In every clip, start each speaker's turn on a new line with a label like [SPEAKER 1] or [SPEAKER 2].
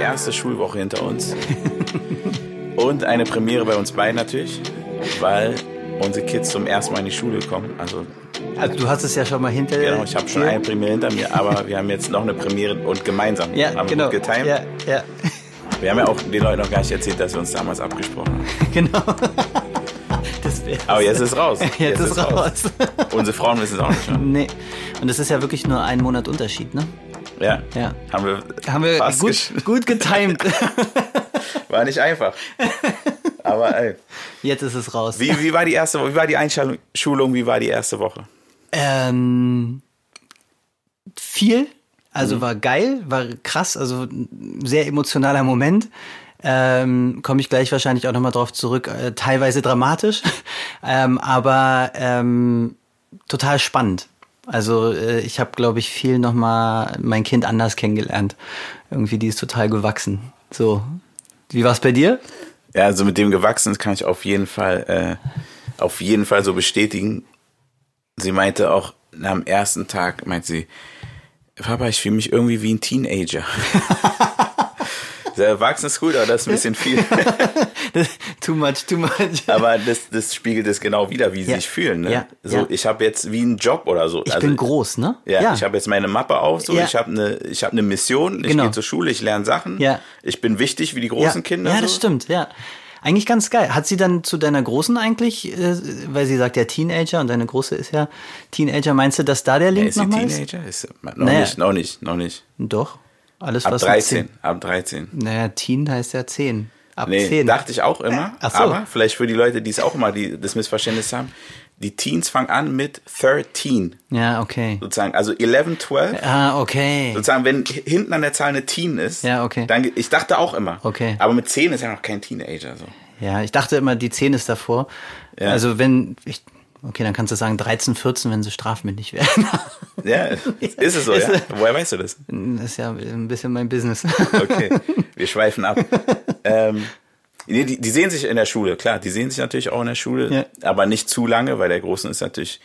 [SPEAKER 1] erste Schulwoche hinter uns. Und eine Premiere bei uns beiden natürlich, weil unsere Kids zum ersten Mal in die Schule kommen. Also
[SPEAKER 2] Also du hast es ja schon mal hinter
[SPEAKER 1] genau, ich habe schon
[SPEAKER 2] dir.
[SPEAKER 1] eine Premiere hinter mir, aber wir haben jetzt noch eine Premiere und gemeinsam
[SPEAKER 2] ja,
[SPEAKER 1] haben
[SPEAKER 2] genau.
[SPEAKER 1] gut getimt.
[SPEAKER 2] Ja, ja,
[SPEAKER 1] Wir haben ja auch den Leuten noch gar nicht erzählt, dass wir uns damals abgesprochen haben.
[SPEAKER 2] genau. Das wär's.
[SPEAKER 1] Aber jetzt ist raus.
[SPEAKER 2] Jetzt ist raus.
[SPEAKER 1] Unsere Frauen wissen es auch nicht schon.
[SPEAKER 2] Nee. Und es ist ja wirklich nur ein Monat Unterschied, ne?
[SPEAKER 1] Ja.
[SPEAKER 2] Ja.
[SPEAKER 1] Haben wir,
[SPEAKER 2] Haben wir
[SPEAKER 1] fast gesch-
[SPEAKER 2] gut, gut getimt.
[SPEAKER 1] War nicht einfach. Aber ey.
[SPEAKER 2] Jetzt ist es raus.
[SPEAKER 1] Wie, wie war die erste Wo- Wie war die Einschulung? Schulung, Wie war die erste Woche?
[SPEAKER 2] Ähm, viel, also war geil, war krass, also ein sehr emotionaler Moment. Ähm, Komme ich gleich wahrscheinlich auch nochmal drauf zurück, äh, teilweise dramatisch, ähm, aber ähm, total spannend. Also äh, ich habe, glaube ich, viel nochmal mein Kind anders kennengelernt. Irgendwie, die ist total gewachsen. So, wie war's bei dir?
[SPEAKER 1] Ja, also mit dem Gewachsenen kann ich auf jeden Fall, äh, auf jeden Fall so bestätigen. Sie meinte auch na, am ersten Tag, meint sie, Papa, ich fühle mich irgendwie wie ein Teenager. Sehr erwachsen ist gut, aber das ist ein bisschen viel.
[SPEAKER 2] too much, too much.
[SPEAKER 1] Aber das, das spiegelt es genau wieder, wie sie
[SPEAKER 2] Ja.
[SPEAKER 1] sich fühlen. Ne?
[SPEAKER 2] Ja.
[SPEAKER 1] So,
[SPEAKER 2] Ja.
[SPEAKER 1] ich habe jetzt wie einen Job oder so.
[SPEAKER 2] Ich
[SPEAKER 1] Also,
[SPEAKER 2] bin groß, ne?
[SPEAKER 1] Ja, ich habe jetzt meine Mappe auf, so
[SPEAKER 2] Ja.
[SPEAKER 1] ich habe eine ich habe eine Mission, ich
[SPEAKER 2] Genau.
[SPEAKER 1] gehe zur Schule, ich lerne Sachen.
[SPEAKER 2] Ja.
[SPEAKER 1] Ich bin wichtig wie die großen
[SPEAKER 2] ja.
[SPEAKER 1] Kinder.
[SPEAKER 2] Ja, das
[SPEAKER 1] so.
[SPEAKER 2] stimmt, ja. Eigentlich ganz geil. Hat sie dann zu deiner Großen eigentlich, äh, weil sie sagt ja Teenager und deine Große ist ja Teenager, meinst du, dass da der Link
[SPEAKER 1] Ist sie
[SPEAKER 2] nochmal ist?
[SPEAKER 1] Teenager? Ist, noch
[SPEAKER 2] Naja.
[SPEAKER 1] nicht, noch nicht, noch nicht.
[SPEAKER 2] Doch. Alles,
[SPEAKER 1] Ab
[SPEAKER 2] was mit
[SPEAKER 1] 13,
[SPEAKER 2] zehn-
[SPEAKER 1] ab 13.
[SPEAKER 2] Naja, Teen heißt ja 10. Ab
[SPEAKER 1] Nee,
[SPEAKER 2] 10.
[SPEAKER 1] dachte ich auch immer,
[SPEAKER 2] Ach so.
[SPEAKER 1] aber vielleicht für die Leute, die es auch immer die, das Missverständnis haben, die Teens fangen an mit 13
[SPEAKER 2] Ja, okay.
[SPEAKER 1] sozusagen, also 11, 12.
[SPEAKER 2] Ah, okay.
[SPEAKER 1] Sozusagen, wenn h- hinten an der Zahl eine Teen ist,
[SPEAKER 2] Ja, okay.
[SPEAKER 1] dann ge- ich dachte auch immer.
[SPEAKER 2] Okay.
[SPEAKER 1] Aber mit 10 ist ja noch kein Teenager so.
[SPEAKER 2] Ja, ich dachte immer, die 10 ist davor. Also wenn ich. Okay, dann kannst du sagen 13, 14, wenn sie strafmündig werden.
[SPEAKER 1] Ja, ist es so,
[SPEAKER 2] Ist
[SPEAKER 1] ja?
[SPEAKER 2] es-
[SPEAKER 1] Woher weißt du das?
[SPEAKER 2] Das ist ja ein bisschen mein Business.
[SPEAKER 1] Okay, wir schweifen ab. ähm, nee, die, die sehen sich in der Schule, klar, die sehen sich natürlich auch in der Schule,
[SPEAKER 2] Ja.
[SPEAKER 1] aber nicht zu lange, weil der Großen ist natürlich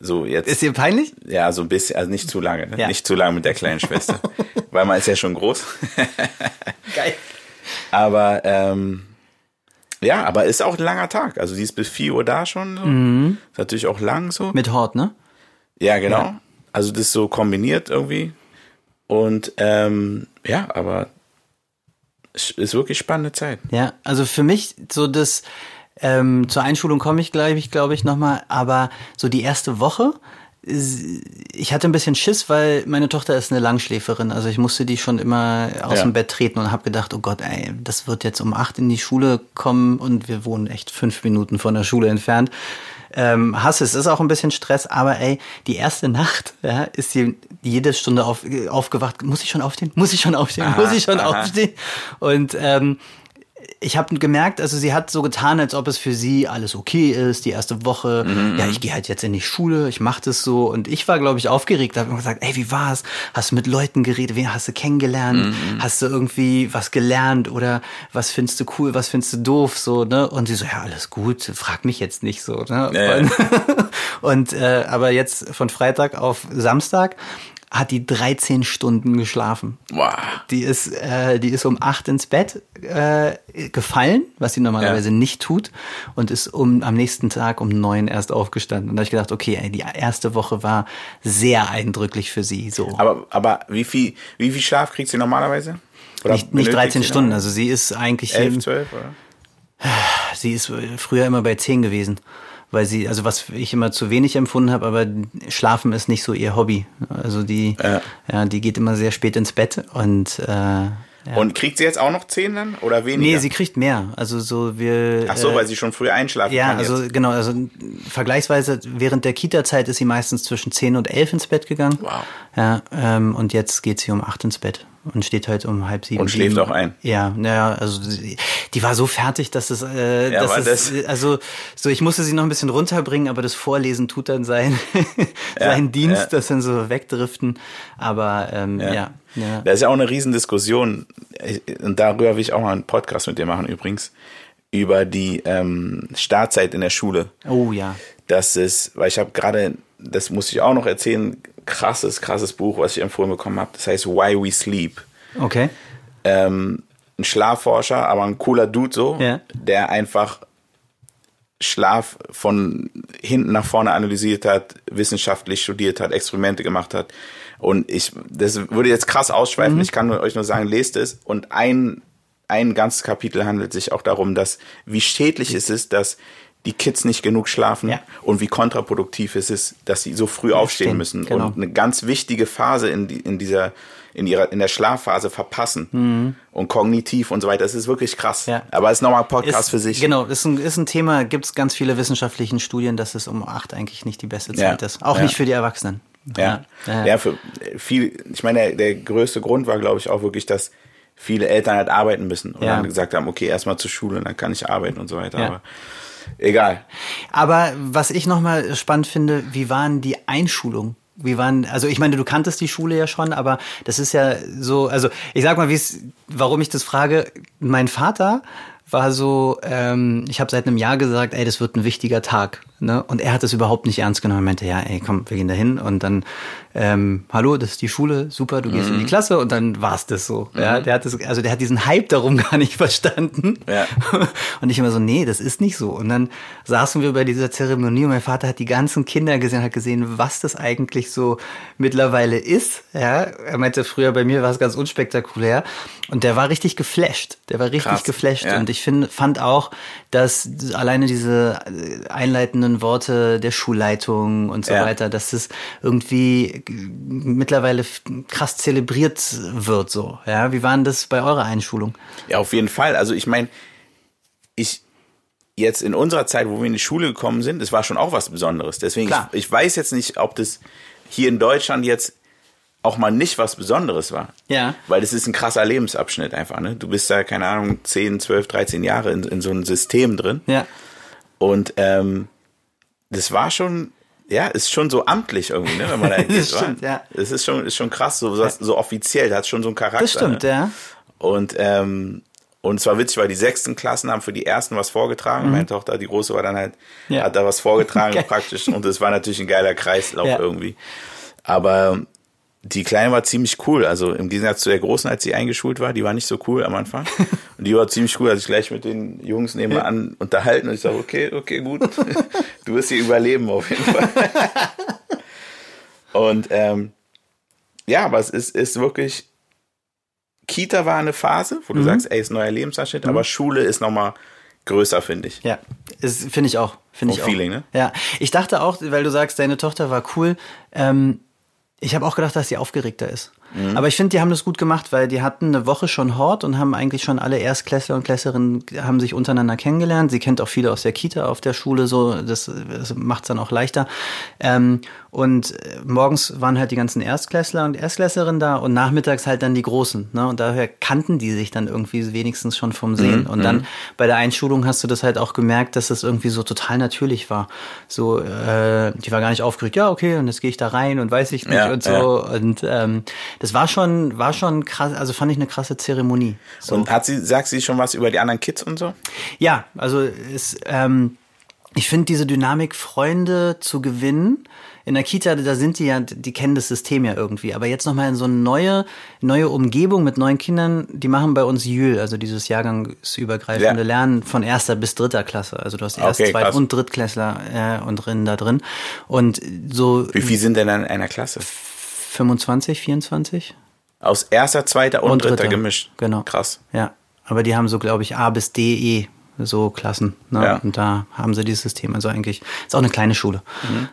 [SPEAKER 1] so jetzt,
[SPEAKER 2] Ist dir peinlich?
[SPEAKER 1] ja, so ein bisschen, also nicht zu lange, ne?
[SPEAKER 2] Ja.
[SPEAKER 1] nicht zu lange mit der kleinen Schwester, weil man ist ja schon groß.
[SPEAKER 2] Geil.
[SPEAKER 1] Aber ähm, ja, aber ist auch ein langer Tag. Also die ist bis 4 Uhr da schon. So. Ist natürlich auch lang so.
[SPEAKER 2] Mhm. Mit Hort, ne?
[SPEAKER 1] Ja, genau. Also das so kombiniert irgendwie. Und ähm, ja, aber es ist wirklich spannende Zeit.
[SPEAKER 2] Ja, also für mich so das ähm, zur Einschulung komme ich glaube ich glaube ich noch mal, aber so die erste Woche s- ich hatte ein bisschen Schiss, weil meine Tochter ist eine Langschläferin. Also ich musste die schon immer aus
[SPEAKER 1] Ja.
[SPEAKER 2] dem Bett treten und habe gedacht, oh Gott, ey, das wird jetzt um acht in die Schule kommen und wir wohnen echt fünf Minuten von der Schule entfernt. Ähm, hasse es, ist auch ein bisschen Stress, aber ey, die erste Nacht ja, ist sie jede Stunde auf, aufgewacht. Muss ich schon aufstehen? Muss ich schon aufstehen? Muss ich schon
[SPEAKER 1] aha.
[SPEAKER 2] aufstehen? Und ähm, ich habe gemerkt, also sie hat so getan, als ob es für sie alles okay ist, die erste Woche.
[SPEAKER 1] Mhm.
[SPEAKER 2] Ja, ich gehe halt jetzt in die Schule, ich mache das so. Und ich war, glaube ich, aufgeregt, habe immer gesagt, ey, wie war's? Hast du mit Leuten geredet? Wen hast du
[SPEAKER 1] Mhm.
[SPEAKER 2] kennengelernt? Hast du irgendwie was gelernt? Oder was findest du cool, was findest du doof? So, ne? Und sie so, ja, alles gut, frag mich jetzt nicht so. Ne?
[SPEAKER 1] Ja, ja.
[SPEAKER 2] Und, und äh, aber jetzt von Freitag auf Samstag hat die 13 Stunden geschlafen.
[SPEAKER 1] Wow.
[SPEAKER 2] Die ist, äh, die ist um acht ins Bett äh, gefallen, was sie normalerweise nicht tut, und ist um, am nächsten Tag um neun erst aufgestanden. Und da habe ich gedacht, okay, ey, die erste Woche war sehr eindrücklich für sie. So.
[SPEAKER 1] Aber, aber wie, viel, wie viel Schlaf kriegst du normalerweise? Oder
[SPEAKER 2] nicht, nicht
[SPEAKER 1] benötigst
[SPEAKER 2] 13
[SPEAKER 1] du
[SPEAKER 2] Stunden,
[SPEAKER 1] normalerweise?
[SPEAKER 2] also sie ist eigentlich,
[SPEAKER 1] 11, 12, oder?
[SPEAKER 2] sie ist früher immer bei 10 gewesen, weil sie, also was ich immer zu wenig empfunden habe, aber Schlafen ist nicht so ihr Hobby. Also die,
[SPEAKER 1] Ja.
[SPEAKER 2] ja. die geht immer sehr spät ins Bett und äh,
[SPEAKER 1] Und kriegt sie jetzt auch noch 10 dann? Oder weniger?
[SPEAKER 2] nee, sie kriegt mehr. Also so wir
[SPEAKER 1] Ach so,
[SPEAKER 2] äh,
[SPEAKER 1] weil sie schon früh einschlafen
[SPEAKER 2] Ja,
[SPEAKER 1] kann.
[SPEAKER 2] also
[SPEAKER 1] jetzt.
[SPEAKER 2] genau, also vergleichsweise während der Kita-Zeit ist sie meistens zwischen 10 und 11 ins Bett gegangen.
[SPEAKER 1] Wow.
[SPEAKER 2] Ja, ähm, und jetzt geht sie um 8 ins Bett und steht halt um halb sieben.
[SPEAKER 1] Und schläft
[SPEAKER 2] sieben.
[SPEAKER 1] auch ein.
[SPEAKER 2] Ja, naja, also sie, die war so fertig, dass es, äh,
[SPEAKER 1] Ja,
[SPEAKER 2] dass
[SPEAKER 1] war
[SPEAKER 2] es also so ich musste sie noch ein bisschen runterbringen, aber das Vorlesen tut dann sein, sein
[SPEAKER 1] Ja,
[SPEAKER 2] Dienst,
[SPEAKER 1] ja.
[SPEAKER 2] das dann so wegdriften. Aber ähm, ja. ja,
[SPEAKER 1] Das ne? ist ja auch eine Riesendiskussion. Und darüber will ich auch mal einen Podcast mit dir machen übrigens. Über die ähm, Startzeit in der Schule.
[SPEAKER 2] Oh ja.
[SPEAKER 1] Das ist, weil ich habe gerade, das muss ich auch noch erzählen, krasses, krasses Buch, was ich empfohlen bekommen habe. Das heißt Why We Sleep.
[SPEAKER 2] Okay.
[SPEAKER 1] Ähm, ein Schlafforscher, aber ein cooler Dude so,
[SPEAKER 2] Ja.
[SPEAKER 1] der einfach Schlaf von hinten nach vorne analysiert hat, wissenschaftlich studiert hat, Experimente gemacht hat. Und ich, das würde jetzt krass ausschweifen,
[SPEAKER 2] Mhm.
[SPEAKER 1] ich kann nur- euch nur sagen, lest es. Und ein, ein ganzes Kapitel handelt sich auch darum, dass, wie schädlich es ist, dass die Kids nicht genug schlafen
[SPEAKER 2] Ja.
[SPEAKER 1] und wie kontraproduktiv es ist, dass sie so früh aufstehen
[SPEAKER 2] Aufstehen,
[SPEAKER 1] müssen
[SPEAKER 2] genau.
[SPEAKER 1] und eine ganz wichtige Phase in, die, in dieser in ihrer in der Schlafphase verpassen und kognitiv und so weiter. Das ist wirklich krass.
[SPEAKER 2] Mhm. Ja.
[SPEAKER 1] Aber es ist nochmal ein Podcast
[SPEAKER 2] ist,
[SPEAKER 1] für sich.
[SPEAKER 2] Genau, ist ein, ist ein Thema, gibt es ganz viele wissenschaftlichen Studien, dass es um acht eigentlich nicht die beste
[SPEAKER 1] Ja.
[SPEAKER 2] Zeit ist. Auch
[SPEAKER 1] Ja.
[SPEAKER 2] nicht für die Erwachsenen.
[SPEAKER 1] Ja.
[SPEAKER 2] Ja.
[SPEAKER 1] Ja, für viel, ich meine, der, der größte Grund war, glaube ich, auch wirklich, dass viele Eltern halt arbeiten müssen und
[SPEAKER 2] Ja.
[SPEAKER 1] dann gesagt haben, okay, erstmal zur Schule und dann kann ich arbeiten und so weiter.
[SPEAKER 2] Ja.
[SPEAKER 1] Aber egal.
[SPEAKER 2] Aber was ich nochmal spannend finde, wie waren die Einschulungen? Wie waren, also ich meine, du kanntest die Schule ja schon, aber das ist ja so, also ich sag mal, wie es, warum ich das frage, mein Vater war so, ähm, ich habe seit einem Jahr gesagt, ey, das wird ein wichtiger Tag. Ne? Und er hat es überhaupt nicht ernst genommen. Er meinte, ja, ey, komm, wir gehen da hin und dann, ähm, hallo, das ist die Schule, super, du gehst in die Klasse und dann war's das so. Ja, der hat das, also der hat diesen Hype darum gar nicht verstanden.
[SPEAKER 1] Ja.
[SPEAKER 2] Und ich immer so, nee, das ist nicht so. Und dann saßen wir bei dieser Zeremonie und mein Vater hat die ganzen Kinder gesehen, hat gesehen, was das eigentlich so mittlerweile ist. Ja, er meinte früher, bei mir war es ganz unspektakulär. Und der war richtig geflasht. Der war richtig
[SPEAKER 1] Krass,
[SPEAKER 2] geflasht.
[SPEAKER 1] ja.
[SPEAKER 2] Und ich finde, fand auch, dass alleine diese äh, einleitenden Worte der Schulleitung und so
[SPEAKER 1] Ja.
[SPEAKER 2] weiter, dass es irgendwie äh, mittlerweile f- krass zelebriert wird, so. Ja, wie war denn das bei eurer Einschulung?
[SPEAKER 1] Ja, auf jeden Fall. Also ich meine, ich jetzt in unserer Zeit, wo wir in die Schule gekommen sind, es war schon auch was Besonderes. Deswegen, ich,
[SPEAKER 2] Klar.
[SPEAKER 1] ich weiß jetzt nicht, ob das hier in Deutschland jetzt auch mal nicht was Besonderes war.
[SPEAKER 2] Ja.
[SPEAKER 1] Weil das ist ein krasser Lebensabschnitt einfach. Ne? Du bist da, keine Ahnung, 10, 12, 13 Jahre in, in so einem System drin.
[SPEAKER 2] Ja.
[SPEAKER 1] Und ähm, das war schon, ja, ist schon so amtlich irgendwie, ne, wenn man da hingeht.
[SPEAKER 2] Das stimmt,
[SPEAKER 1] wa?
[SPEAKER 2] ja.
[SPEAKER 1] Das ist schon, ist schon krass, so, so offiziell, hat schon so einen Charakter.
[SPEAKER 2] Das stimmt,
[SPEAKER 1] ne?
[SPEAKER 2] ja.
[SPEAKER 1] Und, ähm, und es war witzig, weil die sechsten Klassen haben für die ersten was vorgetragen. Meine Tochter, die große, war dann halt,
[SPEAKER 2] Ja.
[SPEAKER 1] hat da was vorgetragen
[SPEAKER 2] Geil.
[SPEAKER 1] praktisch. Und es war natürlich ein geiler Kreislauf
[SPEAKER 2] Ja.
[SPEAKER 1] irgendwie. Aber die Kleine war ziemlich cool. Also im Gegensatz zu der Großen, als sie eingeschult war, die war nicht so cool am Anfang. Und die war ziemlich cool. Also ich gleich mit den Jungs nebenan unterhalten und ich sage, okay, okay, gut. Du wirst hier überleben auf jeden Fall. Und ähm, ja, aber es ist, ist wirklich, Kita war eine Phase,
[SPEAKER 2] Mhm.
[SPEAKER 1] wo du sagst, ey, ist ein neuer Lebensabschnitt, aber Schule ist nochmal größer, finde ich.
[SPEAKER 2] Ja, es finde ich auch. Finde
[SPEAKER 1] Vom
[SPEAKER 2] ich
[SPEAKER 1] Feeling,
[SPEAKER 2] auch.
[SPEAKER 1] ne?
[SPEAKER 2] Ja, ich dachte auch, weil du sagst, deine Tochter war cool. Ähm, ich habe auch gedacht, dass sie aufgeregter ist. Aber ich finde, die haben das gut gemacht, weil die hatten eine Woche schon Hort und haben eigentlich schon alle Erstklässler und Klässlerinnen haben sich untereinander kennengelernt. Sie kennt auch viele aus der Kita, auf der Schule, so das, das macht es dann auch leichter. Ähm, und äh, morgens waren halt die ganzen Erstklässler und Erstklässlerinnen da und nachmittags halt dann die Großen. Ne? Und daher kannten die sich dann irgendwie wenigstens schon vom Sehen. Und dann bei der Einschulung hast du das halt auch gemerkt, dass das irgendwie so total natürlich war. So, äh, die war gar nicht aufgeregt. Ja, okay, und jetzt gehe ich da rein und weiß ich nicht
[SPEAKER 1] Ja,
[SPEAKER 2] und so.
[SPEAKER 1] ja.
[SPEAKER 2] Und ähm, das war schon, war schon krass, also fand ich eine krasse Zeremonie. So.
[SPEAKER 1] Und hat sie, sagt sie schon was über die anderen Kids und so?
[SPEAKER 2] ja, also es, ähm, ich finde diese Dynamik, Freunde zu gewinnen. In der Kita, da sind die ja, die kennen das System ja irgendwie. Aber jetzt nochmal in so eine neue, neue Umgebung mit neuen Kindern, die machen bei uns Jül, also dieses jahrgangsübergreifende
[SPEAKER 1] Ja.
[SPEAKER 2] Lernen von erster bis dritter Klasse. Also du hast Erst-,
[SPEAKER 1] Okay,
[SPEAKER 2] Zweit-
[SPEAKER 1] krass.
[SPEAKER 2] und Drittklässler äh, und drin da drin. Und so
[SPEAKER 1] Wie viel sind denn in einer Klasse?
[SPEAKER 2] 25, 24?
[SPEAKER 1] Aus erster, zweiter und,
[SPEAKER 2] Und
[SPEAKER 1] dritter,
[SPEAKER 2] Dritter,
[SPEAKER 1] gemischt.
[SPEAKER 2] genau.
[SPEAKER 1] Krass.
[SPEAKER 2] Ja, aber die haben so, glaube ich, A bis D, E, so Klassen. Ne?
[SPEAKER 1] Ja.
[SPEAKER 2] Und da haben sie dieses System. Also eigentlich ist auch eine kleine Schule.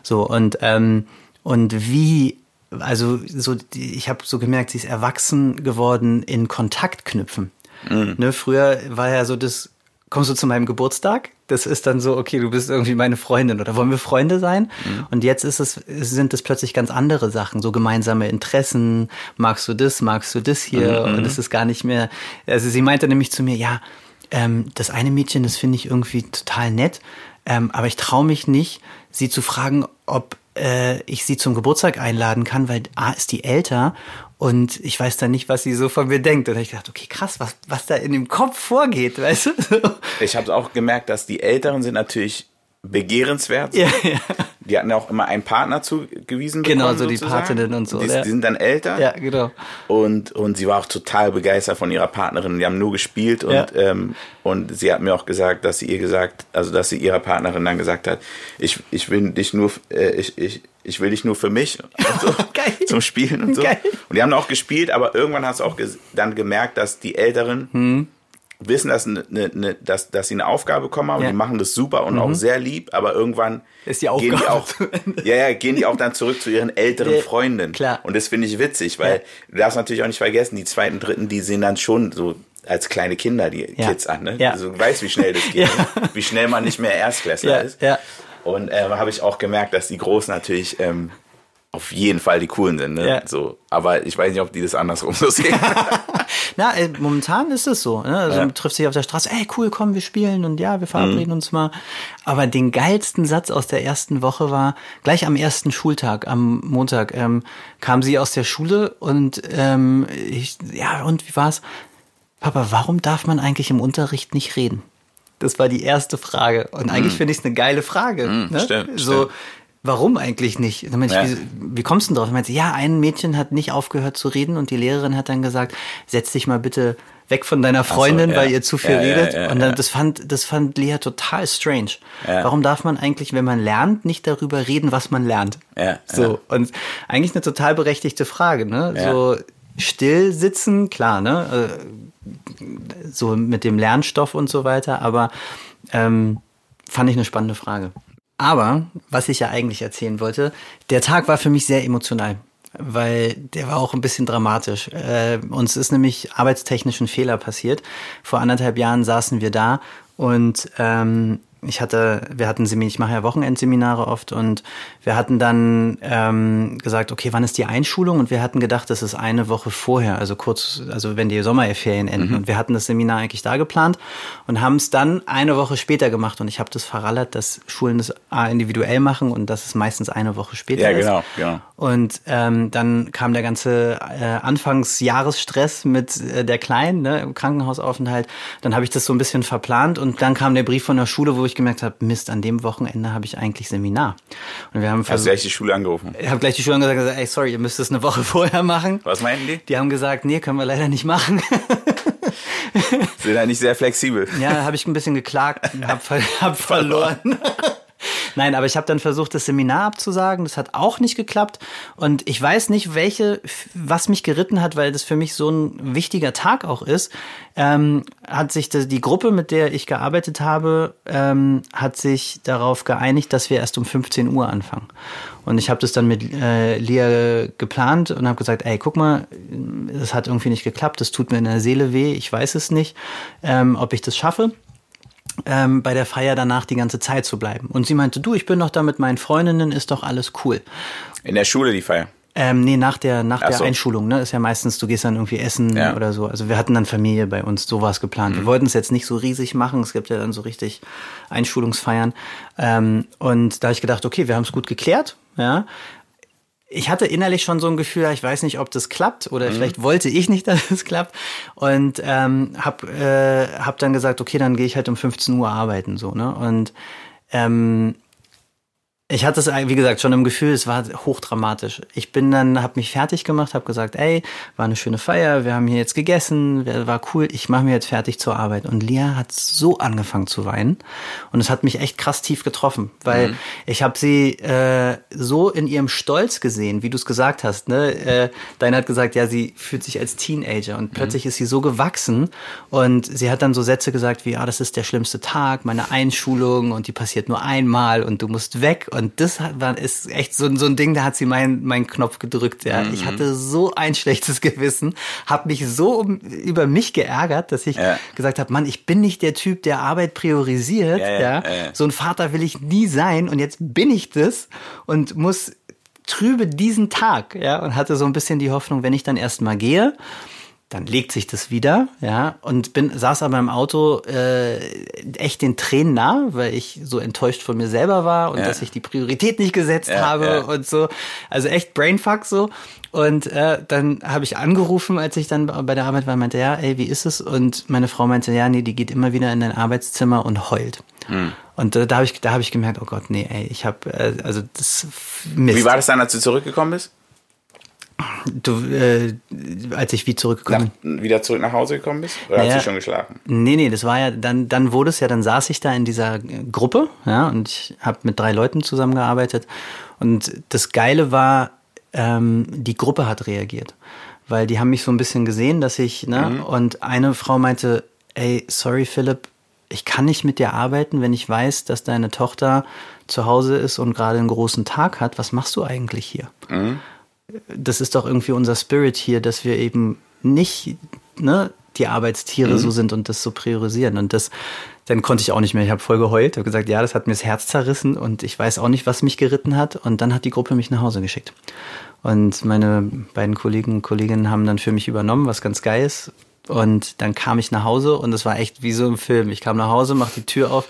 [SPEAKER 2] So, und, ähm, und wie, also so, die, ich habe so gemerkt, sie ist erwachsen geworden in Kontakt knüpfen. Ne, früher war ja so das, kommst du zu meinem Geburtstag? Das ist dann so, okay, du bist irgendwie meine Freundin oder wollen wir Freunde sein? Und jetzt ist es, sind es plötzlich ganz andere Sachen, so gemeinsame Interessen, magst du das, magst du das hier? Und es ist gar nicht mehr, also sie meinte nämlich zu mir, ja, ähm, das eine Mädchen, das finde ich irgendwie total nett, ähm, aber ich traue mich nicht, sie zu fragen, ob äh, ich sie zum Geburtstag einladen kann, weil A ist die älter und ich weiß dann nicht, was sie so von mir denkt. Und da hab ich gedacht, okay, krass, was, was da in dem Kopf vorgeht, weißt du?
[SPEAKER 1] Ich habe auch gemerkt, dass die Älteren sind natürlich begehrenswert.
[SPEAKER 2] Ja, ja.
[SPEAKER 1] Die hatten auch immer einen Partner zugewiesen bekommen.
[SPEAKER 2] Genau, so die
[SPEAKER 1] sozusagen.
[SPEAKER 2] Patinnen und so,
[SPEAKER 1] Die,
[SPEAKER 2] ja.
[SPEAKER 1] die sind dann älter.
[SPEAKER 2] ja, genau.
[SPEAKER 1] Und, und sie war auch total begeistert von ihrer Partnerin. Die haben nur gespielt und,
[SPEAKER 2] Ja.
[SPEAKER 1] ähm, und sie hat mir auch gesagt, dass sie ihr gesagt, also dass sie ihrer Partnerin dann gesagt hat, ich, ich will dich nur, äh, ich, ich, ich will dich nur für mich und so,
[SPEAKER 2] Geil.
[SPEAKER 1] zum Spielen und so.
[SPEAKER 2] Geil.
[SPEAKER 1] Und die haben auch gespielt, aber irgendwann hast du auch ges- dann gemerkt, dass die Älteren
[SPEAKER 2] Mhm.
[SPEAKER 1] wissen, dass, ne, ne, ne, dass, dass sie eine Aufgabe bekommen haben.
[SPEAKER 2] Ja. Mhm.
[SPEAKER 1] Die machen das super und auch sehr lieb, aber irgendwann
[SPEAKER 2] Ist die
[SPEAKER 1] gehen die
[SPEAKER 2] Aufgabe
[SPEAKER 1] auch,
[SPEAKER 2] zu Ende.
[SPEAKER 1] ja, ja, gehen die auch dann zurück zu ihren älteren
[SPEAKER 2] Ja,
[SPEAKER 1] Freunden.
[SPEAKER 2] klar.
[SPEAKER 1] Und das finde ich witzig, weil
[SPEAKER 2] Ja.
[SPEAKER 1] du darfst natürlich auch nicht vergessen, die zweiten, dritten, die sehen dann schon so als kleine Kinder die
[SPEAKER 2] Ja.
[SPEAKER 1] Kids an. Ne?
[SPEAKER 2] Ja.
[SPEAKER 1] Also du weißt, wie schnell das geht,
[SPEAKER 2] Ja.
[SPEAKER 1] ne? wie schnell man nicht mehr Erstklässler
[SPEAKER 2] Ja,
[SPEAKER 1] ist.
[SPEAKER 2] ja.
[SPEAKER 1] Und ähm, habe ich auch gemerkt, dass die Großen natürlich ähm, auf jeden Fall die Coolen sind. Ne?
[SPEAKER 2] Ja.
[SPEAKER 1] So. Aber ich weiß nicht, ob die das andersrum so sehen.
[SPEAKER 2] Na, äh, momentan ist es so. Ne? Also
[SPEAKER 1] Ja. Mhm.
[SPEAKER 2] man trifft sich auf der Straße, ey, cool, komm, wir spielen und ja, wir verabreden uns mal. Aber den geilsten Satz aus der ersten Woche war, gleich am ersten Schultag, am Montag, ähm, kam sie aus der Schule und ähm, ich, ja, und wie war's? Papa, warum darf man eigentlich im Unterricht nicht reden? Das war die erste Frage. Und eigentlich finde ich es eine geile Frage. ne?
[SPEAKER 1] Mhm. stimmt,
[SPEAKER 2] so,
[SPEAKER 1] stimmt.
[SPEAKER 2] warum eigentlich nicht? Und Dann meinte ich,
[SPEAKER 1] Ja.
[SPEAKER 2] wie, wie kommst du denn drauf? Und Meinte, sie, ja, ein Mädchen hat nicht aufgehört zu reden und die Lehrerin hat dann gesagt, setz dich mal bitte weg von deiner Freundin,
[SPEAKER 1] ja.
[SPEAKER 2] weil ihr zu viel
[SPEAKER 1] Ja, ja,
[SPEAKER 2] redet.
[SPEAKER 1] ja,
[SPEAKER 2] und dann,
[SPEAKER 1] ja.
[SPEAKER 2] das fand, das fand Lea total strange.
[SPEAKER 1] Ja.
[SPEAKER 2] Warum darf man eigentlich, wenn man lernt, nicht darüber reden, was man lernt?
[SPEAKER 1] Ja,
[SPEAKER 2] so. Und eigentlich eine total berechtigte Frage, ne?
[SPEAKER 1] Ja.
[SPEAKER 2] So still sitzen, klar, ne? Äh, So mit dem Lernstoff und so weiter, aber ähm, fand ich eine spannende Frage. Aber, was ich ja eigentlich erzählen wollte, der Tag war für mich sehr emotional, weil der war auch ein bisschen dramatisch. Äh, uns ist nämlich arbeitstechnisch ein Fehler passiert. Vor anderthalb Jahren saßen wir da und ähm, ich hatte, wir hatten Semin, ich mache ja Wochenendseminare oft und wir hatten dann ähm, gesagt, okay, wann ist die Einschulung? Und wir hatten gedacht, das ist eine Woche vorher, also kurz, also wenn die Sommerferien enden.
[SPEAKER 1] Mhm.
[SPEAKER 2] Und wir hatten das Seminar eigentlich da geplant und haben es dann eine Woche später gemacht. Und ich habe das verrallert, dass Schulen das A, individuell machen und dass es meistens eine Woche später
[SPEAKER 1] Ja,
[SPEAKER 2] ist.
[SPEAKER 1] genau, genau.
[SPEAKER 2] Und ähm, dann kam der ganze äh, Anfangsjahresstress mit äh, der Kleinen ne, im Krankenhausaufenthalt. Dann habe ich das so ein bisschen verplant und dann kam der Brief von der Schule, wo ich gemerkt habe, Mist, an dem Wochenende habe ich eigentlich Seminar. Und wir haben
[SPEAKER 1] Hast du
[SPEAKER 2] versucht,
[SPEAKER 1] echt die Schule angerufen?
[SPEAKER 2] ich habe gleich die Schule angesagt, gesagt, ey, sorry, ihr müsst es eine Woche vorher machen.
[SPEAKER 1] Was meinten die?
[SPEAKER 2] Die haben gesagt, nee, können wir leider nicht machen.
[SPEAKER 1] Sind da nicht sehr flexibel.
[SPEAKER 2] Ja, habe ich ein bisschen geklagt, habe ver hab verloren. Nein, aber ich habe dann versucht, das Seminar abzusagen. Das hat auch nicht geklappt. Und ich weiß nicht, welche, was mich geritten hat, weil das für mich so ein wichtiger Tag auch ist. Ähm, hat sich die, die Gruppe, mit der ich gearbeitet habe, ähm, hat sich darauf geeinigt, dass wir erst um 15 Uhr anfangen. Und ich habe das dann mit äh, Lia geplant und habe gesagt, ey, guck mal, das hat irgendwie nicht geklappt. Das tut mir in der Seele weh. Ich weiß es nicht, ähm, ob ich das schaffe ähm, bei der Feier danach die ganze Zeit zu bleiben. Und sie meinte, du, ich bin doch da mit meinen Freundinnen, ist doch alles cool.
[SPEAKER 1] In der Schule die Feier.
[SPEAKER 2] Ähm, nee, nach der, nach
[SPEAKER 1] Ach
[SPEAKER 2] der
[SPEAKER 1] so.
[SPEAKER 2] Einschulung, ne? Ist ja meistens, du gehst dann irgendwie essen
[SPEAKER 1] Ja. Mhm.
[SPEAKER 2] oder so. Also wir hatten dann Familie bei uns, so war es geplant. Wir wollten es jetzt nicht so riesig machen, es gibt ja dann so richtig Einschulungsfeiern. Ähm, und da habe ich gedacht, okay, wir haben es gut geklärt, ja. Ich hatte innerlich schon so ein Gefühl, ja, ich weiß nicht, ob das klappt
[SPEAKER 1] Mhm.
[SPEAKER 2] oder vielleicht wollte ich nicht, dass es klappt. Und ähm, hab, äh, hab dann gesagt, okay, dann gehe ich halt um 15 Uhr arbeiten, so, ne? Und ähm, ich hatte es, wie gesagt, schon im Gefühl, es war hochdramatisch. Ich bin dann, habe mich fertig gemacht, habe gesagt, ey, war eine schöne Feier, wir haben hier jetzt gegessen, wer- war cool, ich mache mir jetzt fertig zur Arbeit. Und Lia hat so angefangen zu weinen und es hat mich echt krass tief getroffen, weil ich habe sie äh, so in ihrem Stolz gesehen, wie du es gesagt hast. Ne? Äh, Deine hat gesagt, ja, sie fühlt sich als Teenager und plötzlich ist sie so gewachsen und sie hat dann so Sätze gesagt wie, ah, das ist der schlimmste Tag, meine Einschulung und die passiert nur einmal und du musst weg. Und das hat, war, ist echt so, ein- so ein Ding, da hat sie meinen meinen Knopf gedrückt. Ja. Ich hatte so ein schlechtes Gewissen, habe mich so um, über mich geärgert, dass ich
[SPEAKER 1] Ja.
[SPEAKER 2] gesagt habe, Mann, ich bin nicht der Typ, der Arbeit priorisiert.
[SPEAKER 1] Ja, ja,
[SPEAKER 2] ja,
[SPEAKER 1] ja, ja.
[SPEAKER 2] So ein Vater will ich nie sein und jetzt bin ich das und muss trübe diesen Tag, ja, und hatte so ein bisschen die Hoffnung, wenn ich dann erstmal gehe, dann legt sich das wieder, ja, und bin, saß aber im Auto äh, echt den Tränen nah, weil ich so enttäuscht von mir selber war und
[SPEAKER 1] Ja.
[SPEAKER 2] dass ich die Priorität nicht gesetzt
[SPEAKER 1] Ja,
[SPEAKER 2] habe
[SPEAKER 1] ja.
[SPEAKER 2] und so. Also echt Brainfuck so. Und äh, dann habe ich angerufen, als ich dann bei der Arbeit war, meinte, ja, ey, wie ist es? Und meine Frau meinte, ja, nee, die geht immer wieder in dein Arbeitszimmer und heult.
[SPEAKER 1] Hm.
[SPEAKER 2] Und äh, da habe ich, da habe ich gemerkt, oh Gott, nee, ey, ich habe, äh, also das Mist.
[SPEAKER 1] Wie war das dann, als du zurückgekommen bist?
[SPEAKER 2] Du, äh, als ich wie
[SPEAKER 1] Nach,
[SPEAKER 2] zurückgekommen
[SPEAKER 1] wieder zurück nach Hause gekommen bist? Oder
[SPEAKER 2] Naja.
[SPEAKER 1] hast du schon geschlafen?
[SPEAKER 2] Nee, nee, das war ja, dann, dann wurde es ja, dann saß ich da in dieser äh, Gruppe, ja, und ich habe mit drei Leuten zusammengearbeitet. Und das Geile war, ähm, die Gruppe hat reagiert. Weil die haben mich so ein bisschen gesehen, dass ich, ne, und eine Frau meinte, ey, sorry, Philipp, ich kann nicht mit dir arbeiten, wenn ich weiß, dass deine Tochter zu Hause ist und gerade einen großen Tag hat. Was machst du eigentlich hier? das ist doch irgendwie unser Spirit hier, dass wir eben nicht ne, die Arbeitstiere so sind und das so priorisieren. Und das, dann konnte ich auch nicht mehr. Ich habe voll geheult, habe gesagt, ja, das hat mir das Herz zerrissen und ich weiß auch nicht, was mich geritten hat. Und dann hat die Gruppe mich nach Hause geschickt. Und meine beiden Kollegen und Kolleginnen haben dann für mich übernommen, was ganz geil ist. Und dann kam ich nach Hause und es war echt wie so im Film. Ich kam nach Hause, mach die Tür auf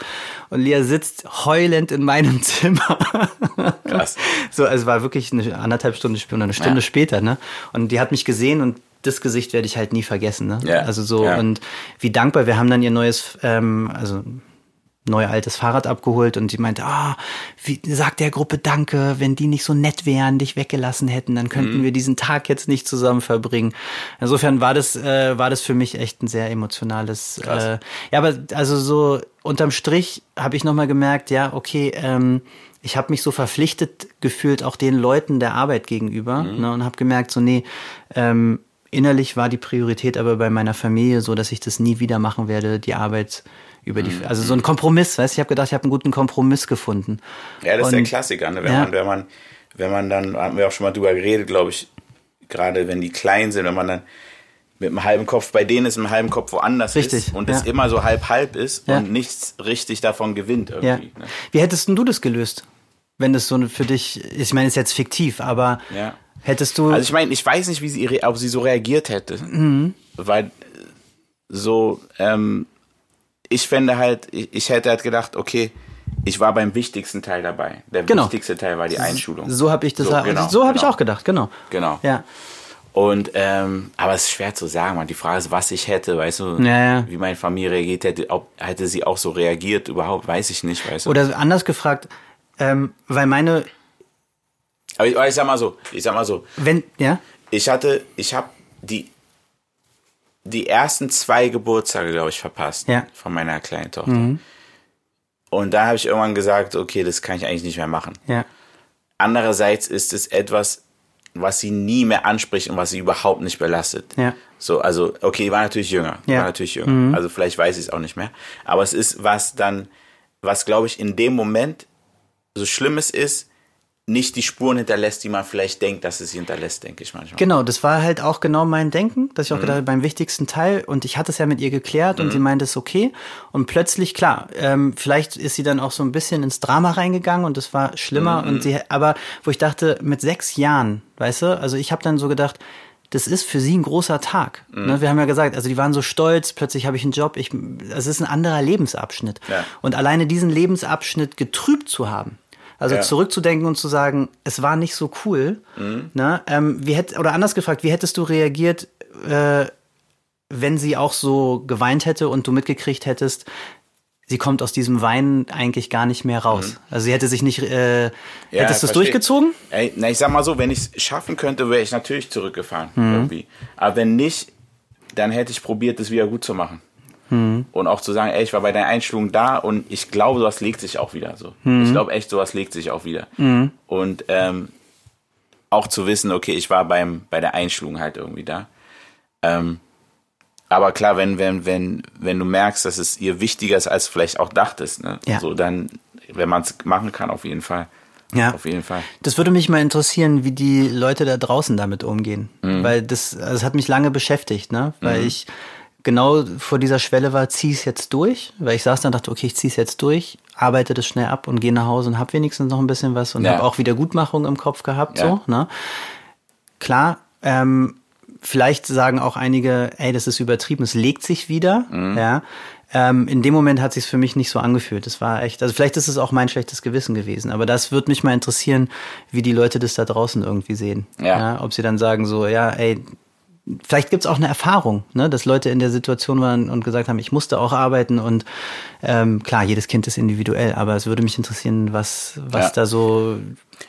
[SPEAKER 2] und Lia sitzt heulend in meinem Zimmer.
[SPEAKER 1] Krass.
[SPEAKER 2] So, also es war wirklich eine anderthalb Stunden später, eine Stunde
[SPEAKER 1] Ja.
[SPEAKER 2] später, ne? Und die hat mich gesehen und das Gesicht werde ich halt nie vergessen, ne?
[SPEAKER 1] Ja.
[SPEAKER 2] Also so
[SPEAKER 1] Ja.
[SPEAKER 2] und wie dankbar. Wir haben dann ihr neues, ähm, also neu altes Fahrrad abgeholt und die meinte, ah, wie, sag der Gruppe Danke, wenn die nicht so nett wären, dich weggelassen hätten, dann könnten wir diesen Tag jetzt nicht zusammen verbringen. Insofern war das, äh, war das für mich echt ein sehr emotionales.
[SPEAKER 1] Krass.
[SPEAKER 2] Äh, ja, aber also so unterm Strich habe ich nochmal gemerkt, ja, okay, ähm, ich habe mich so verpflichtet gefühlt auch den Leuten der Arbeit gegenüber ne, und habe gemerkt, so nee, ähm, innerlich war die Priorität aber bei meiner Familie so, dass ich das nie wieder machen werde, die Arbeit über
[SPEAKER 1] Mhm.
[SPEAKER 2] die, also so ein Kompromiss, weißt du, ich habe gedacht, ich habe einen guten Kompromiss gefunden.
[SPEAKER 1] Ja, das
[SPEAKER 2] Und-
[SPEAKER 1] ist der Klassiker, ne? wenn,
[SPEAKER 2] Ja.
[SPEAKER 1] man, wenn man, wenn man dann, haben wir auch schon mal drüber geredet, glaube ich, gerade wenn die klein sind, wenn man dann mit einem halben Kopf bei denen ist, mit einem halben Kopf woanders
[SPEAKER 2] Richtig,
[SPEAKER 1] ist und
[SPEAKER 2] ja.
[SPEAKER 1] es immer so halb-halb ist
[SPEAKER 2] Ja.
[SPEAKER 1] und nichts richtig davon gewinnt
[SPEAKER 2] Ja.
[SPEAKER 1] irgendwie. Ne?
[SPEAKER 2] Wie hättest denn du das gelöst? Wenn das so für dich, ich meine, ist jetzt fiktiv, aber
[SPEAKER 1] Ja.
[SPEAKER 2] hättest du,
[SPEAKER 1] Also ich meine, ich weiß nicht, wie sie ihre, ob sie so reagiert hätte.
[SPEAKER 2] Mhm.
[SPEAKER 1] Weil äh, so, ähm, ich fände halt, ich, ich hätte halt gedacht, okay, ich war beim wichtigsten Teil dabei. Der
[SPEAKER 2] Genau.
[SPEAKER 1] wichtigste Teil war die Einschulung.
[SPEAKER 2] so habe ich das, so,
[SPEAKER 1] genau,
[SPEAKER 2] so
[SPEAKER 1] genau.
[SPEAKER 2] habe ich auch gedacht, genau.
[SPEAKER 1] Genau.
[SPEAKER 2] Ja.
[SPEAKER 1] Und ähm, aber es ist schwer zu sagen, man. Die Frage ist, was ich hätte, weißt du,
[SPEAKER 2] Ja, ja.
[SPEAKER 1] wie meine Familie reagiert hätte, ob hätte sie auch so reagiert überhaupt, weiß ich nicht, weißt du.
[SPEAKER 2] Oder anders gefragt, ähm, weil meine,
[SPEAKER 1] aber ich, aber ich sag mal so, ich sag mal so,
[SPEAKER 2] wenn, ja,
[SPEAKER 1] ich hatte, ich habe die die ersten zwei Geburtstage, glaube ich, verpasst
[SPEAKER 2] Ja. Mhm.
[SPEAKER 1] von meiner kleinen Tochter. Und da habe ich irgendwann gesagt, okay, das kann ich eigentlich nicht mehr machen.
[SPEAKER 2] ja,
[SPEAKER 1] Andererseits ist es etwas, was sie nie mehr anspricht und was sie überhaupt nicht belastet.
[SPEAKER 2] Ja.
[SPEAKER 1] So, also, okay, die war natürlich jünger. die
[SPEAKER 2] Ja. Mhm.
[SPEAKER 1] War natürlich jünger. Also vielleicht weiß ich es auch nicht mehr. Aber es ist was dann, was glaube ich in dem Moment, so schlimm es ist, nicht die Spuren hinterlässt, die man vielleicht denkt, dass es sie hinterlässt, denke ich manchmal.
[SPEAKER 2] Genau, das war halt auch genau mein Denken, dass ich auch gedacht habe, beim wichtigsten Teil und ich hatte es ja mit ihr geklärt und sie meinte es ist okay und plötzlich, klar, ähm, vielleicht ist sie dann auch so ein bisschen ins Drama reingegangen und das war schlimmer und sie, aber wo ich dachte, mit sechs Jahren, weißt du, also ich habe dann so gedacht, das ist für sie ein großer Tag. Ne? Wir haben ja gesagt, also die waren so stolz, plötzlich habe ich einen Job, ich, es ist ein anderer Lebensabschnitt.
[SPEAKER 1] Ja.
[SPEAKER 2] Und alleine diesen Lebensabschnitt getrübt zu haben, also
[SPEAKER 1] Ja.
[SPEAKER 2] zurückzudenken und zu sagen, es war nicht so cool.
[SPEAKER 1] Mhm.
[SPEAKER 2] Ne? Ähm, wie hätt, oder anders gefragt, wie hättest du reagiert, äh, wenn sie auch so geweint hätte und du mitgekriegt hättest, sie kommt aus diesem Weinen eigentlich gar nicht mehr raus. Also sie hätte sich nicht, äh,
[SPEAKER 1] Mhm. Ja,
[SPEAKER 2] hättest du es
[SPEAKER 1] verstehe.
[SPEAKER 2] durchgezogen?
[SPEAKER 1] Ey, na, ich sag mal so, wenn ich es schaffen könnte, wäre ich natürlich zurückgefahren.
[SPEAKER 2] Mhm.
[SPEAKER 1] Irgendwie. Aber wenn nicht, dann hätte ich probiert, es wieder gut zu machen.
[SPEAKER 2] Mhm.
[SPEAKER 1] Und auch zu sagen, ey, ich war bei deiner Einschulung da und ich glaube, sowas legt sich auch wieder so.
[SPEAKER 2] Mhm.
[SPEAKER 1] Ich glaube echt, sowas legt sich auch wieder. Und ähm, auch zu wissen, okay, ich war beim, bei der Einschulung halt irgendwie da. Ähm, aber klar, wenn, wenn, wenn, wenn du merkst, dass es ihr wichtiger ist, als du vielleicht auch dachtest, ne?
[SPEAKER 2] Ja.
[SPEAKER 1] so dann, wenn man es machen kann, auf jeden Fall.
[SPEAKER 2] Ja.
[SPEAKER 1] Auf jeden Fall.
[SPEAKER 2] Das würde mich mal interessieren, wie die Leute da draußen damit umgehen. Weil das, also das hat mich lange beschäftigt, ne? Weil ich genau vor dieser Schwelle war, zieh es jetzt durch. Weil ich saß dann und dachte, okay, ich zieh es jetzt durch, arbeite das schnell ab und gehe nach Hause und hab wenigstens noch ein bisschen was und
[SPEAKER 1] Ja.
[SPEAKER 2] ne? hab habe auch Wiedergutmachung im Kopf gehabt.
[SPEAKER 1] Ja.
[SPEAKER 2] So, ne? Klar, ähm, vielleicht sagen auch einige, ey, das ist übertrieben, es legt sich wieder.
[SPEAKER 1] Mhm.
[SPEAKER 2] Ja. Ähm, in dem Moment hat sich für mich nicht so angefühlt. Das war echt, also vielleicht ist es auch mein schlechtes Gewissen gewesen, aber das würde mich mal interessieren, wie die Leute das da draußen irgendwie sehen.
[SPEAKER 1] Ja.
[SPEAKER 2] ob sie dann sagen so, ja, ey, vielleicht gibt's auch eine Erfahrung, ne? dass Leute in der Situation waren und gesagt haben, ich musste auch arbeiten und ähm, klar, jedes Kind ist individuell, aber es würde mich interessieren, was, was
[SPEAKER 1] Ja.
[SPEAKER 2] da so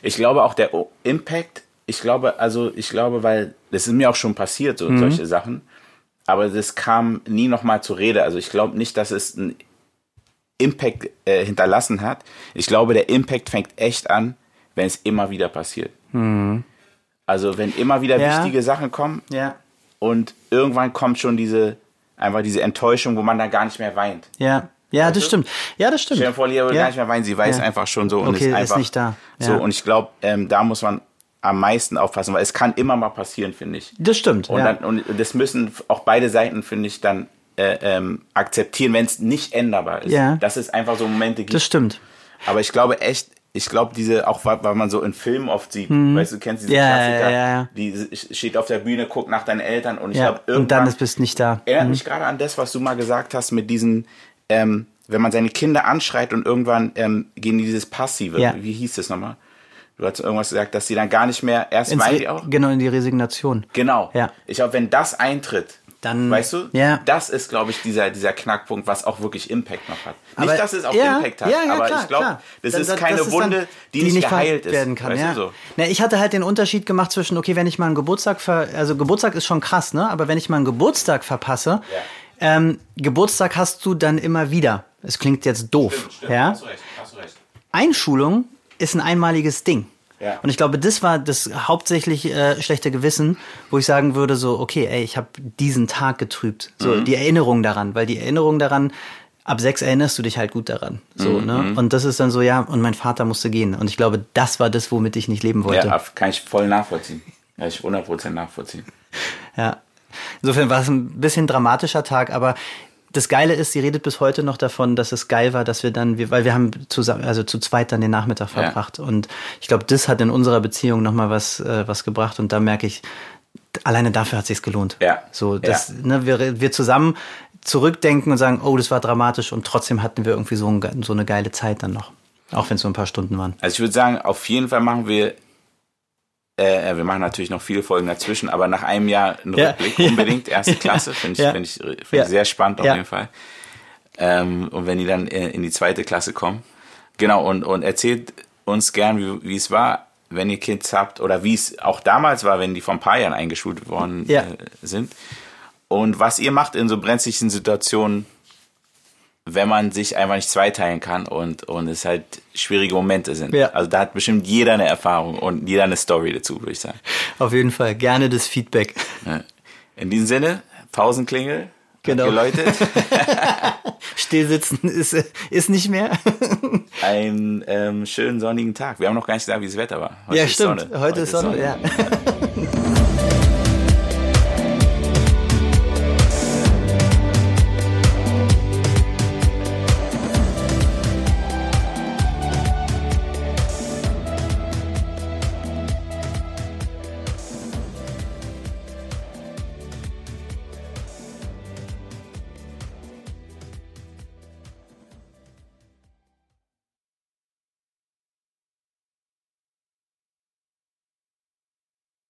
[SPEAKER 1] Ich glaube auch der O- Impact, ich glaube, also ich glaube, weil das ist mir auch schon passiert,
[SPEAKER 2] Mhm.
[SPEAKER 1] so solche Sachen, aber das kam nie nochmal zur Rede. Also ich glaube nicht, dass es einen Impact äh, hinterlassen hat. Ich glaube, der Impact fängt echt an, wenn es immer wieder passiert. Also wenn immer wieder
[SPEAKER 2] Mhm. Ja.
[SPEAKER 1] wichtige Sachen kommen
[SPEAKER 2] ja.
[SPEAKER 1] und irgendwann kommt schon diese, einfach diese Enttäuschung, wo man dann gar nicht mehr weint.
[SPEAKER 2] Ja, ja, das stimmt. Ja, das stimmt.
[SPEAKER 1] Stell dir vor, Lea würde
[SPEAKER 2] Ja.
[SPEAKER 1] gar nicht mehr weinen, sie weiß
[SPEAKER 2] Ja.
[SPEAKER 1] einfach schon so und
[SPEAKER 2] Okay,
[SPEAKER 1] ist
[SPEAKER 2] ist
[SPEAKER 1] einfach
[SPEAKER 2] nicht da.
[SPEAKER 1] So,
[SPEAKER 2] Ja.
[SPEAKER 1] und ich glaube, ähm, da muss man am meisten aufpassen, weil es kann immer mal passieren, finde ich.
[SPEAKER 2] Das stimmt.
[SPEAKER 1] Und,
[SPEAKER 2] ja.
[SPEAKER 1] dann, und das müssen auch beide Seiten, finde ich, dann äh, ähm, akzeptieren, wenn es nicht änderbar ist.
[SPEAKER 2] Ja.
[SPEAKER 1] Dass es einfach so Momente gibt.
[SPEAKER 2] das stimmt.
[SPEAKER 1] Aber ich glaube echt, ich glaube, diese, auch weil weil man so in Filmen oft sieht, weißt du, du kennst diese
[SPEAKER 2] Mhm. Ja,
[SPEAKER 1] Klassiker,
[SPEAKER 2] ja, ja.
[SPEAKER 1] die s- steht auf der Bühne, guckt nach deinen Eltern und ich
[SPEAKER 2] Ja.
[SPEAKER 1] glaube, irgendwann
[SPEAKER 2] Und dann ist, bist nicht da.
[SPEAKER 1] erinnert mich gerade an das, was du mal gesagt hast mit diesen, ähm, wenn man seine Kinder anschreit und irgendwann ähm, gehen die dieses Passive,
[SPEAKER 2] Ja.
[SPEAKER 1] wie hieß das nochmal? Du hast irgendwas gesagt, dass die dann gar nicht mehr, erst
[SPEAKER 2] Ins
[SPEAKER 1] weinen
[SPEAKER 2] Re-
[SPEAKER 1] die auch.
[SPEAKER 2] Genau, in die Resignation.
[SPEAKER 1] Genau.
[SPEAKER 2] Ja.
[SPEAKER 1] Ich glaube, wenn das eintritt,
[SPEAKER 2] Dann-
[SPEAKER 1] weißt du,
[SPEAKER 2] Ja.
[SPEAKER 1] das ist, glaube ich, dieser, dieser Knackpunkt, was auch wirklich Impact noch hat.
[SPEAKER 2] Aber-
[SPEAKER 1] Nicht, dass es auch
[SPEAKER 2] ja,
[SPEAKER 1] Impact hat,
[SPEAKER 2] ja, ja,
[SPEAKER 1] aber
[SPEAKER 2] klar,
[SPEAKER 1] ich glaube,
[SPEAKER 2] klar.
[SPEAKER 1] das
[SPEAKER 2] Dann-
[SPEAKER 1] ist
[SPEAKER 2] dann-
[SPEAKER 1] keine
[SPEAKER 2] das
[SPEAKER 1] Wunde,
[SPEAKER 2] dann-
[SPEAKER 1] die, nicht geheilt
[SPEAKER 2] verheilt
[SPEAKER 1] ist.
[SPEAKER 2] werden kann.
[SPEAKER 1] weißt
[SPEAKER 2] ja.
[SPEAKER 1] du, so.
[SPEAKER 2] Na, ich hatte halt den Unterschied gemacht zwischen, okay, wenn ich mal einen Geburtstag ver, also Geburtstag ist schon krass, ne? Aber wenn ich mal einen Geburtstag verpasse,
[SPEAKER 1] Ja.
[SPEAKER 2] ähm, Geburtstag hast du dann immer wieder. Es klingt jetzt doof, ja?
[SPEAKER 1] Hast du recht, hast du recht.
[SPEAKER 2] Einschulung ist ein einmaliges Ding.
[SPEAKER 1] Ja.
[SPEAKER 2] Und ich glaube, das war das hauptsächlich äh, schlechte Gewissen, wo ich sagen würde, so, okay, ey, ich habe diesen Tag getrübt. So,
[SPEAKER 1] Mhm.
[SPEAKER 2] die Erinnerung daran, weil die Erinnerung daran, ab sechs erinnerst du dich halt gut daran.
[SPEAKER 1] Mhm,
[SPEAKER 2] So, ne? Und das ist dann so, ja, und mein Vater musste gehen. Und ich glaube, das war das, womit ich nicht leben wollte.
[SPEAKER 1] Ja, kann ich voll nachvollziehen. Kann ich 100% nachvollziehen.
[SPEAKER 2] Ja. Insofern war es ein bisschen dramatischer Tag, aber das Geile ist, sie redet bis heute noch davon, dass es geil war, dass wir dann, wir- weil wir haben zusammen, also zu zweit dann den Nachmittag verbracht. Und ich glaube, das hat in unserer Beziehung nochmal was, äh, was gebracht. Und da merke ich, alleine dafür hat sich's gelohnt.
[SPEAKER 1] Ja.
[SPEAKER 2] So, dass, ne, wir, wir zusammen zurückdenken und sagen, oh, das war dramatisch und trotzdem hatten wir irgendwie so, ein, ge- so eine geile Zeit dann noch. Auch wenn es nur ein paar Stunden waren.
[SPEAKER 1] Also ich würde sagen, auf jeden Fall machen wir, äh, wir machen natürlich noch viele Folgen dazwischen, aber nach einem Jahr einen
[SPEAKER 2] Ja.
[SPEAKER 1] Rückblick unbedingt, erste Klasse, finde ich,
[SPEAKER 2] Ja.
[SPEAKER 1] find ich, find ich
[SPEAKER 2] Ja.
[SPEAKER 1] sehr spannend auf
[SPEAKER 2] Ja.
[SPEAKER 1] jeden Fall. Ähm, und wenn die dann äh, in die zweite Klasse kommen. Genau, und, und erzählt uns gern, wie wie es war, wenn ihr Kids habt oder wie es auch damals war, wenn die vor ein paar Jahren eingeschult worden
[SPEAKER 2] Ja.
[SPEAKER 1] äh, sind. Und was ihr macht in so brenzlichen Situationen, wenn man sich einfach nicht zweiteilen kann und, und es halt schwierige Momente sind.
[SPEAKER 2] Ja.
[SPEAKER 1] Also da hat bestimmt jeder eine Erfahrung und jeder eine Story dazu, würde ich sagen.
[SPEAKER 2] Auf jeden Fall. Gerne das Feedback.
[SPEAKER 1] Ja. In diesem Sinne, Pausenklingel, hat
[SPEAKER 2] Genau.
[SPEAKER 1] geläutet.
[SPEAKER 2] Stillsitzen ist, ist nicht mehr.
[SPEAKER 1] Einen ähm, schönen sonnigen Tag. Wir haben noch gar nicht gesagt, wie das Wetter war. Heute
[SPEAKER 2] Ja,
[SPEAKER 1] ist
[SPEAKER 2] stimmt.
[SPEAKER 1] Sonne.
[SPEAKER 2] Heute ist Sonne, ja.